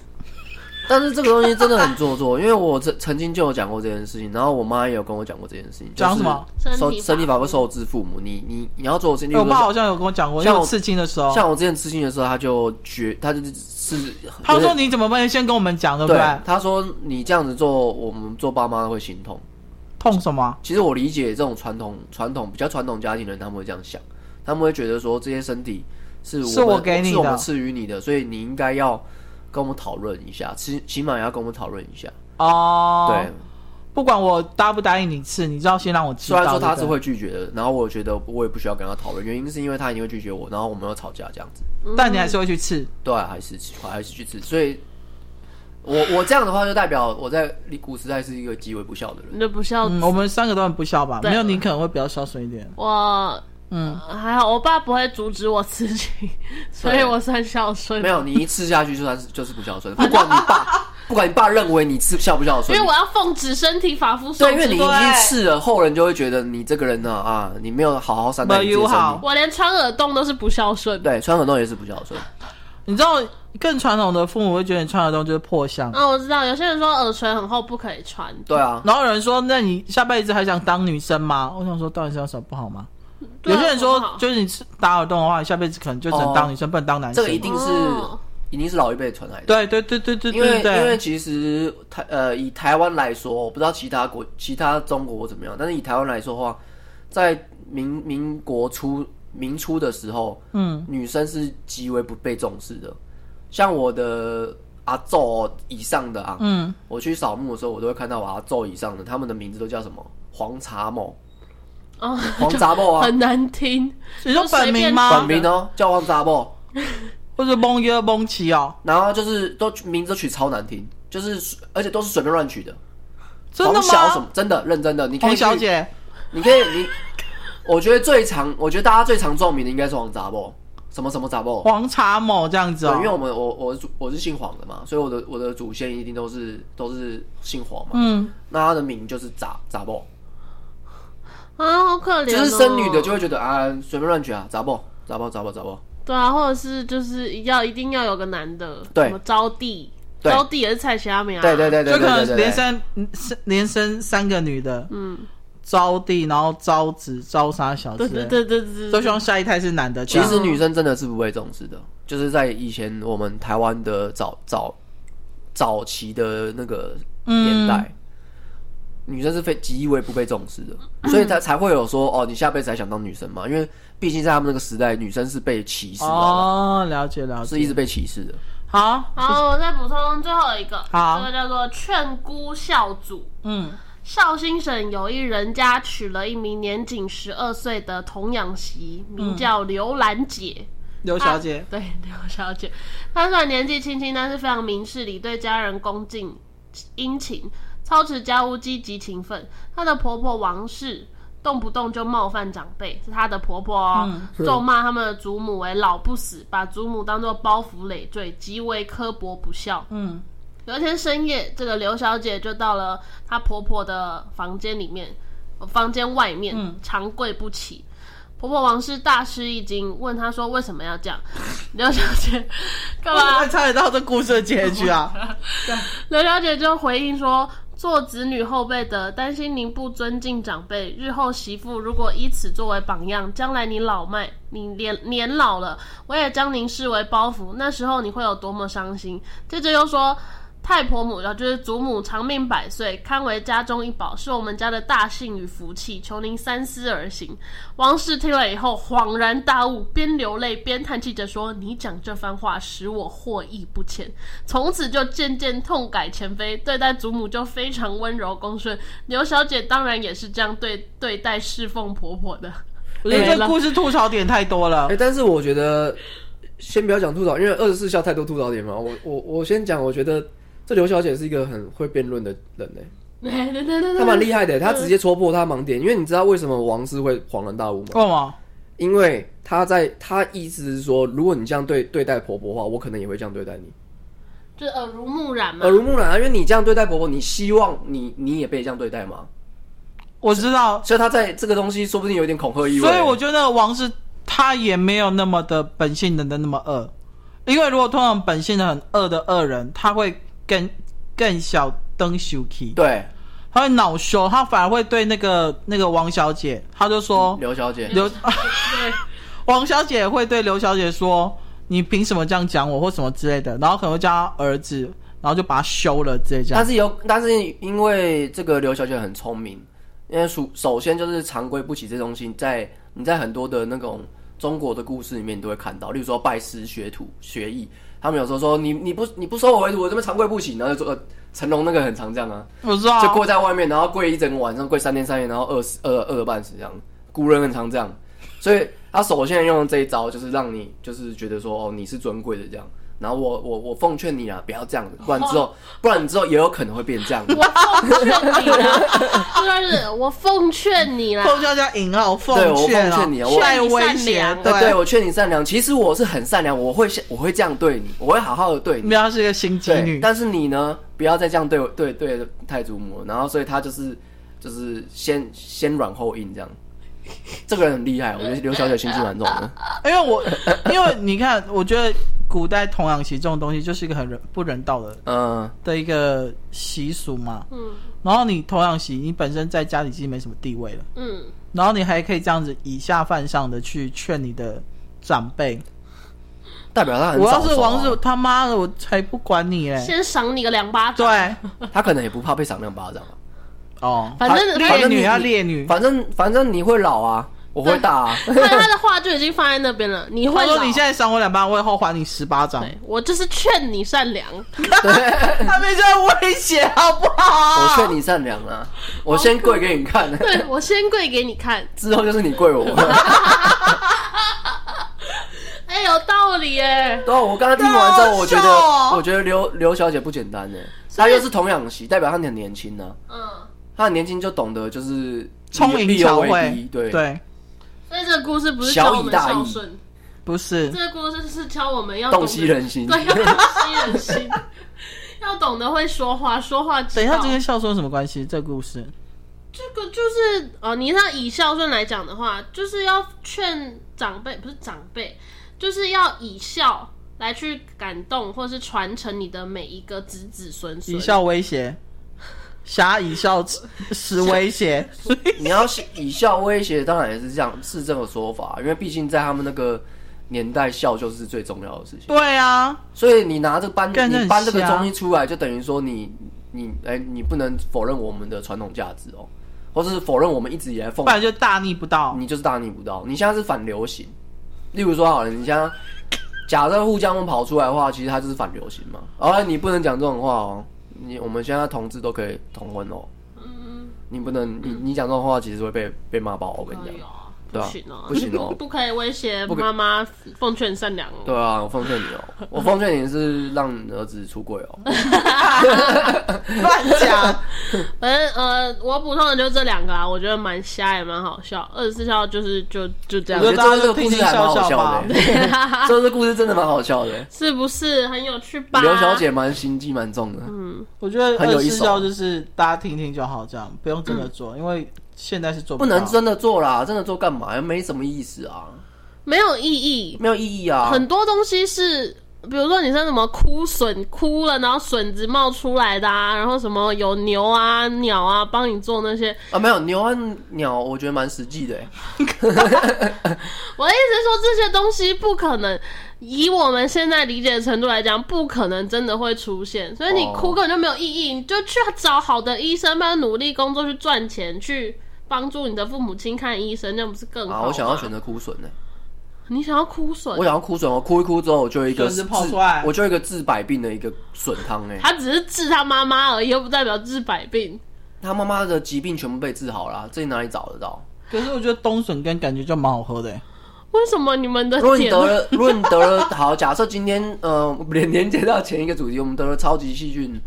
B: 但是这个东西真的很做作，因为我曾曾经就有讲过这件事情，然后我妈也有跟我讲过这件事情，就
C: 讲
B: 是
C: 什么
B: 受
A: 身
B: 身
A: 体
B: 体
A: 发
B: 发
A: 肤
B: 肤受之父母，你你你要做的事情，例
C: 欸我
B: 如
C: 爸
B: 说
C: 好像有跟我讲过，因
B: 像
C: 为
B: 我
C: 刺青的时候，
B: 像我之前刺青的时候，他就觉他就是
C: 他说你怎么不能先跟我们讲，对不
B: 对
C: 对？，
B: 他说你这样子做，我们做爸妈会心痛。
C: 痛什么？
B: 其实我理解这种传统传统比较传统家庭的人，他们会这样想，他们会觉得说这些身体是我
C: 是
B: 们
C: 我给你的
B: 是我们赐予你的，所以你应该要跟我们讨论一下，起起码也要跟我们讨论一下。
C: 哦，
B: 对，，
C: 不管我答不答应你吃，你知道先让我知
B: 虽
C: 道。
B: 然说他是
C: 对不对，
B: 会拒绝的，然后我觉得我也不需要跟他讨论，原因是因为他一定会拒绝我，然后我们要吵架这样子。
C: 嗯但你还是会去吃。
B: 对啊，还是去还是去吃，所以。我我这样的话，就代表我在古时代是一个极为不孝的人。
A: 你就不孝子。
C: 嗯，我们三个都很不孝吧？
A: 对
C: 没有你可能会比较孝顺一点。
A: 我呃
C: 嗯，
A: 还好，我爸不会阻止我刺青， 所以我算孝顺。
B: 没有，你一吃下去就算是就是不孝顺，不管你爸，不管你爸认为你吃孝不孝
A: 因
B: 顺
A: 为，我要奉旨身体发肤受
B: 对，因为
A: 之
B: 你已
A: 父母。
B: 经吃了，后人就会觉得你这个人呢啊，你没有好好善待你自己的
C: 没有
B: 身
C: 好
B: 体。
A: 我连穿耳洞都是不孝顺。
B: 对，穿很多也是不孝顺，
C: 你知道更传统的父母会觉得你穿的东西就是破相，
A: 啊，我知道，有些人说耳垂很厚不可以穿，
B: 对啊，
C: 然后有人说，那你下辈子还想当女生吗？我想说，当女生有什么不好吗？
A: 对啊
C: 有些人
A: 好不好
C: 说，就是你吃打耳洞的话，你下辈子可能就只能当女生，不能当男
B: 这
C: 生。
B: 个一定是
A: 哦
B: 一定是老一辈传来的。
C: 对对对对对
B: 因为
C: 嗯对
B: 因为
C: 对，
B: 其实台呃以台湾来说，我不知道其他国其他中国怎么样，但是以台湾来说的话，在民民国初民初的时候，
C: 嗯，
B: 女生是极为不被重视的。像我的阿昼以上的啊，
C: 嗯，
B: 我去扫墓的时候，我都会看到我阿昼以上的，他们的名字都叫什么？黄茶 某、
A: 哦，
B: 黄茶某啊，
A: 很难听。
C: 你说本名
B: 本
C: 吗？
B: 名哦叫黄茶某，
C: 或者蒙耶蒙奇哦？
B: 然后就是都名字都取超难听，就是而且都是随便乱取的。
C: 真的
B: 黄小什
C: 吗
B: 么？？真的认真的，你可以
C: 黄
B: 去
C: 小，姐，
B: 你可以你，我觉得最常，我觉得大家最常撞名的应该是黄杂某，什么什么杂某。
C: 黄茶某这样子
B: 对，因为
C: 哦。
B: 我们我我是祖我是姓黄的嘛，所以我的我的祖先一定都是都是姓黄嘛。
C: 嗯，
B: 那他的名就是杂杂某，
A: 啊，好可怜、哦。
B: 就是生女的就会觉得啊随便乱取啊杂某杂某杂某杂某。
A: 对啊，或者是就是要一定要有个男的，
B: 对
A: 什么招娣，
B: 对
A: 招娣也是蔡徐阿米啊，
B: 对对，对对
C: 就
B: 对
C: 可
B: 对对
C: 能连
B: 对。
C: 生嗯是连生三个女的，
A: 嗯，
C: 招娣，然后招子，招啥小
A: 对
C: 子，
A: 对对对对
C: 都
A: 对
C: 希望下一胎是男的。
B: 其
C: 这
B: 实
C: 样
B: 女生真的是不被重视的，就是在以前我们台湾的早早早期的那个年
C: 嗯
B: 代，女生是非极为不被重视的，所以才才会有说哦，你下辈子还想当女生吗？因为毕竟在他们那个时代，女生是被歧视的，
C: 哦，了解了
B: 是一
C: 解。
B: 直被歧视的。
C: 好，
A: 好，我再补充最后一个，
C: 好
A: 这个叫做劝姑孝祖。
C: 嗯
A: 绍兴省有一人家娶了一名年仅十二岁的童养媳，名叫刘兰姐。
C: 刘小姐
A: 啊，对 刘小姐，她虽然年纪轻轻，但是非常明事理，对家人恭敬殷勤，操持家务积极勤奋。她的婆婆王氏动不动就冒犯长辈，是她的婆婆、
C: 啊
A: 哦，
C: 嗯
A: 咒骂他们的祖母为老不死，把祖母当做包袱累赘，极为刻薄不孝。
C: 嗯，
A: 有一天深夜，这个刘小姐就到了她婆婆的房间里面，呃房间外面、长跪不起。婆婆王氏大吃一惊，问她说：“为什么要这样？” 刘小姐干
C: 我
A: 嘛？
C: 差点到这故事的结局啊！
A: 刘小姐就回应说：“做子女后辈的，担心您不尊敬长辈，日后媳妇如果以此作为榜样，将来你老迈，你年年老了，我也将您视为包袱，那时候你会有多么伤心。”接着又说。太婆母啊，就是祖母，长命百岁，堪为家中一宝，是我们家的大幸与福气，求您三思而行。王氏听了以后恍然大悟，边流泪边叹气着说：“你讲这番话，使我获益不浅。”从此就渐渐痛改前非，对待祖母就非常温柔恭顺。刘小姐当然也是这样对对待侍奉婆婆的。
C: 我觉得这故事吐槽点太多了
B: 哎、。但是我觉得先不要讲吐槽，因为二十四孝太多吐槽点嘛。我我我先讲，我觉得这刘小姐是一个很会辩论的人呢、
A: 对对对对
B: 她蛮厉害的、她直接戳破她盲点。因为你知道为什么王氏会恍然大悟吗？
C: 为什么？
B: 因为她在她意思是说，如果你这样对对待婆婆的话，我可能也会这样对待你，
A: 就耳濡目染嘛
B: 耳。濡目染啊。因为你这样对待婆婆，你希望你你也被这样对待嘛。
C: 我知道，
B: 所以她在这个东西说不定有点恐吓意味。
C: 所以我觉得王是他也没有那么的本性的那么恶，因为如果通常本性的很恶的恶人，他会更更小灯羞气，
B: 对
C: 他会恼羞，他反而会对那个那个王小姐，他就说
B: 刘小姐，
C: 刘
A: 对，
C: 王小姐会对刘小姐说你凭什么这样讲我或什么之类的，然后可能会叫他儿子，然后就把他休了之类这
B: 但
C: 样。
B: 是有，但是因为这个刘小姐很聪明，因为首首先就是常规不起这东西，在你在很多的那种中国的故事里面你都会看到，例如说拜师学徒学艺，他们有时候说你你不你不收我为徒，我这边常规不起，然后就说、呃、成龙那个很常这样啊，
C: 我知道
B: 就
C: 啊，
B: 跪在外面，然后跪一整个晚上，跪三天三夜，然后饿死饿饿个半死这样。古人很常这样，所以他首先用这一招，就是让你就是觉得说哦你是尊贵的这样。然后我我我奉劝你啊，不要这样子，不然之 后不然你之后也有可能会变这样。
A: 我奉劝你啦，就是我奉劝你啦，
C: 奉教叫引号，奉
B: 对我
C: 劝
B: 奉
C: 啊
B: 劝你啊我
C: 带
A: 劝你
C: 威
A: 善
C: 胁
A: 良，
B: 对对，我劝你善良。其实我是很善良，我会我会这样对你，我会好好的对你。啊
C: 没有，她是一个心机
B: 对，
C: 女。
B: 但是你呢，不要再这样对我对对太祖母了。然后所以他就是就是先先软后硬这样。这个人很厉害，我觉得刘小姐心机蛮重的。
C: 因为我，因为你看，我觉得古代童养媳这种东西就是一个很人不人道的
B: 嗯，
C: 的一个习俗嘛。
A: 嗯
C: 然后你童养媳，你本身在家里已经没什么地位了，
A: 嗯，
C: 然后你还可以这样子以下犯上的去劝你的长辈。
B: 代表他很
C: 我
B: 早熟啊、
C: 要是王子他妈的，我才不管你嘞。
A: 先赏你个两巴掌。
C: 对，
B: 他可能也不怕被赏两巴掌啊。
C: 哦，
A: 反正
B: 反
C: 烈
B: 正
C: 女
B: 你
C: 要烈女。
B: 反正反正你会老啊，我会大 啊。
A: 看他的话就已经放在那边了，你会
C: 他说
A: 老
C: 你现在赏我两巴掌，我以后还你十巴掌。
A: 对我就是劝你善 良，
C: 他们就在威胁，好不好？
B: 我劝你善良 啊，我先跪给你看，
A: 对我先跪给你看，
B: 之后就是你跪 我。
C: 啊
A: 哎、有道理耶，
B: 对啊，我刚刚听完之后，我觉
C: 好好笑哦
B: 得我觉得刘刘小姐不简单呢，欸她又是童养媳，代表她很年轻呢、
A: 嗯，
B: 她很年轻就懂得就是
C: 聪明
B: 利有
C: 巧
B: 为敌
C: 慧，
B: 对
C: 对，
A: 所以这个故事不是教我们孝
B: 小以
A: 顺，
C: 不是
A: 这个故事是教我们要懂
B: 洞
A: 得
B: 悉人 心。
A: 对，要洞悉人心， 要懂得会说话，说话之
C: 等一下，
A: 道。
C: 这跟孝顺有什么关系？这故事
A: 这个就是呃，你像以孝顺来讲的话，就是要劝长辈，不是长辈，就是要以孝来去感动或是传承你的每一个子子孙孙。
C: 以孝威胁，侠以孝使威胁，
B: 你要是以孝威胁，当然也是这样，是这个说法，啊因为毕竟在他们那个年代，孝就是最重要的事情。
C: 对啊，
B: 所以你拿这个搬
C: 干这很
B: 你搬这个
C: 瞎
B: 东西出来，就等于说你你哎、你不能否认我们的传统价值哦，或是否认我们一直以来奉
C: 不然就大逆不 道。
B: 你就是大逆不道。你现在是反流行，例如说好了，你现在假设互相跑出来的话，其实它就是反流行嘛。而、你不能讲这种话哦，你我们现在同志都可以同婚哦，
A: 嗯，
B: 你不能你你讲这种话，其实会被被骂爆。我跟你
A: 哎
B: 讲，
A: 呦，不
B: 对啊
A: 行哦，
B: 不行 哦
A: 不可以威胁
B: 不可
A: 妈妈，奉劝善良哦。
B: 对啊，我奉劝你哦、我奉劝你是让你儿子出轨哦、
C: 乱讲。
A: 反正呃，我补充的就是这两个啊，我觉得蛮瞎也蛮好笑。二十四孝就是就就这样
B: 我觉，得
C: 大家
B: 这个故事还蛮好笑的、欸
C: 听
B: 这个故事真的蛮好笑的、
A: 是不是很有趣吧？嗯
B: 刘小姐蛮心机蛮重的，
C: 我觉得
B: 很有
C: 二
B: 一
C: 十
B: 手
C: 四孝就是大家听听就好，这样不用真的做，因为现在是做
B: 不
C: 到
B: 能真的做啦，真的做干嘛？没什么意思啊，
A: 没有意义，
B: 没有意义啊。
A: 很多东西是。比如说你像什么枯笋枯了，然后笋子冒出来的啊，然后什么有牛啊、鸟啊帮你做那些，
B: 啊，没有牛和鸟，我觉得蛮实际的、欸。
A: 我的意思是说，这些东西不可能以我们现在理解的程度来讲，不可能真的会出现。所以你
B: 哦
A: 哭根本就没有意义，你就去找好的医生，帮他努力工作去赚钱，去帮助你的父母亲看医生，那不是更好
B: 啊，
A: 吗？
B: 我想要选择枯笋呢、欸
A: 你想要哭笋
B: 我，想要枯笋，我哭一哭之后，我就有一个
C: 笋子
B: 治
C: 跑出来
B: 我就有一个治百病的一个笋汤哎，
A: 他只是治他妈妈而已，又不代表治百病。
B: 他妈妈的疾病全部被治好了，这你哪里找得到？
C: 可是我觉得冬笋干感觉就蛮好喝的、欸，
A: 为什么你们的
B: 如果你
A: 点
B: 得了，如果你得了，好，假设今天呃连连接到前一个主题，我们得了超级细菌，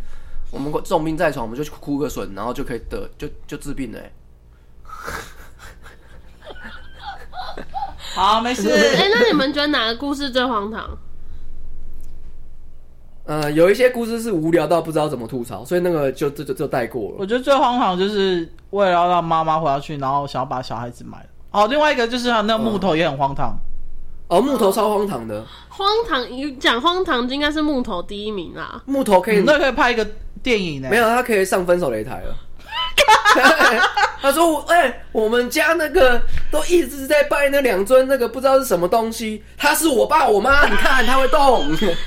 B: 我们重病在床，我们就去哭个笋，然后就可以得就就治病了、欸。
C: 好，没事。
A: 哎、那你们觉得哪个故事最荒唐？
B: 呃，有一些故事是无聊到不知道怎么吐槽，所以那个就就就就带过了。
C: 我觉得最荒唐就是为了要让妈妈活下去，然后想要把小孩子埋了。哦，另外一个就是那个木头也很荒唐，
B: 哦，木头超荒唐的，
A: 荒唐，你讲荒唐就应该是木头第一名啦。
B: 木头可以、
C: 嗯那可以拍一个电影欸呢、
B: 嗯没有，他可以上分手擂台了。 他说我：“哎、我们家那个都一直在拜那两尊那个不知道是什么东西，他是我爸我妈，你看他会动，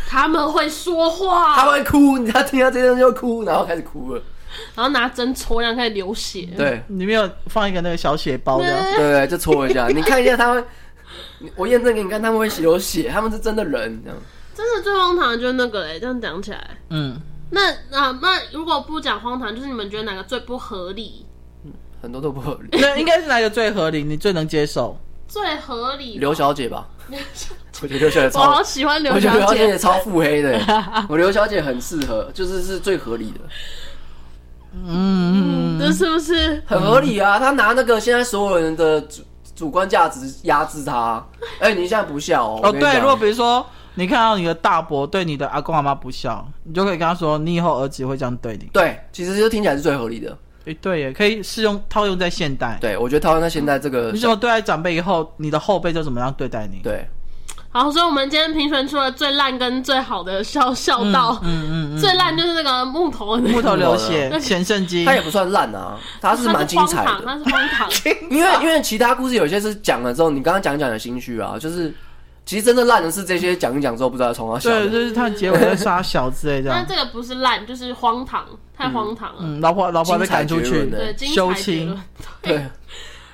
A: 他们会说话，
B: 他会哭，你他听到这些东西就哭，然后开始哭了。
A: 然后拿针戳，然后开始流血。
B: 对
C: 里面有放一个那个小血包的，啊
B: 对对，就戳一下，你看一下他会，你 我验证给你看，他们会流血，他们是真的人这样。
A: 真的最荒唐的就是那个嘞，这样讲起来，
C: 嗯，
A: 那啊那如果不讲荒唐，就是你们觉得哪个最不合理？
B: 很多都不合理。
C: 那应该是哪一个最合理，你最能接受？
A: 最合理吧？
B: 刘小姐吧，我觉得刘小姐
A: 我
B: 超
A: 好，喜欢
B: 我
A: 刘
B: 觉得
A: 小
B: 刘小
A: 姐
B: 姐，超腹黑的，我刘小姐很适合，就是是最合理的。”
C: 嗯，
A: 嗯，这是不是？
B: 很合理啊，他拿那个现在所有人的主主观价值压制他、哎、你现在不笑哦？
C: 哦，
B: 我跟你讲
C: 对，如果比如说你看到你的大伯对你的阿公阿妈不孝，你就可以跟他说，你以后儿子也会这样对你。
B: 对，其实就听起来是最合理的。
C: 诶，对耶，可以适用套用在现代。
B: 对，我觉得套用在现在这个
C: 你，怎么对待长辈以后，你的后辈就怎么样对待你。
B: 对，
A: 好，所以我们今天评选出了最烂跟最好的笑笑道。
C: 嗯嗯
A: 最烂就是那个木头的那个，
C: 木头流血
A: 那，
C: 显圣经
B: 他。也不算烂啊，他是蛮精彩
A: 他
B: 的。
A: 是荒唐，他啊是荒唐。
B: 因为因为其他故事有些是讲了之后，你刚刚讲一讲的心虚啊，就是其实真正烂的是这些讲一讲之后不知道从哪笑
C: 对，
B: 的。
C: 就是他结尾在杀小之类这
A: 但
C: 样。
A: 这个不是烂，就是荒唐，太荒唐了。
C: 嗯，老婆老婆被赶出
B: 精彩绝
C: 去
B: 伦，的
A: 对，精
C: 羞
A: 彩绝
C: 亲
A: 伦。
B: 对，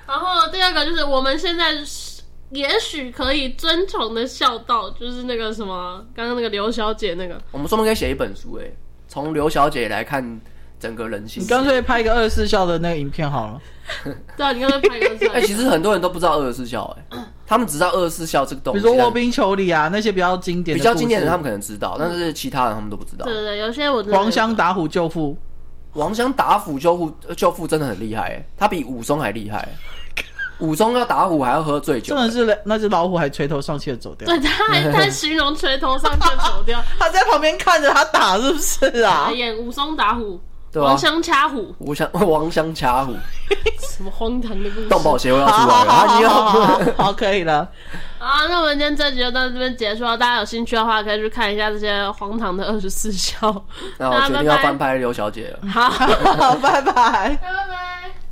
A: 然后第二个就是我们现在是也许可以遵从的孝道，就是那个什么，刚刚那个刘小姐那个，
B: 我们说不定可以写一本书哎、从刘小姐来看整个人性
C: 你。干脆拍一个二十四孝的那个影片好了。
A: 对啊，你刚才拍个出 来，
B: 哎、其实很多人都不知道二十四孝哎、他们只知道二十四孝这个东
C: 比
B: 西，
C: 如说
B: 但
C: 卧冰求鲤啊，那些比较经典
B: 比
C: 的
B: 较
C: 故事
B: 经典的他们可能知道，但是其他人他们都不知道
A: 对。对对，有些我真的
C: 黄香打虎救父，
B: 王湘打虎救父呃救父真的很厉害欸，他比武松还厉害欸。武松要打虎还要喝醉酒
C: 真，的是嘞那只老虎还垂头丧气的走掉。
A: 对他还在形容垂头丧气地走
B: 啊
A: 掉，
C: 他在旁边看着他打，是不是啊
A: 还？演武松打虎，
B: 对啊吧
A: 王？香掐虎，
B: 我想 王湘掐虎，
A: 什么荒唐的故 事
B: 动保协会要
C: 好
B: 出
C: 好
B: 来
C: 好好
B: 了，你
C: 好 好
B: 要
C: 好，好可以了。
A: 啊！那我们今天这集就到这边结束了，大家有兴趣的话可以去看一下这些荒唐的二十四孝。
B: 那我决定要
A: 拜拜
B: 翻拍刘小姐了。
A: 好，拜
C: 好，拜拜。
A: 拜。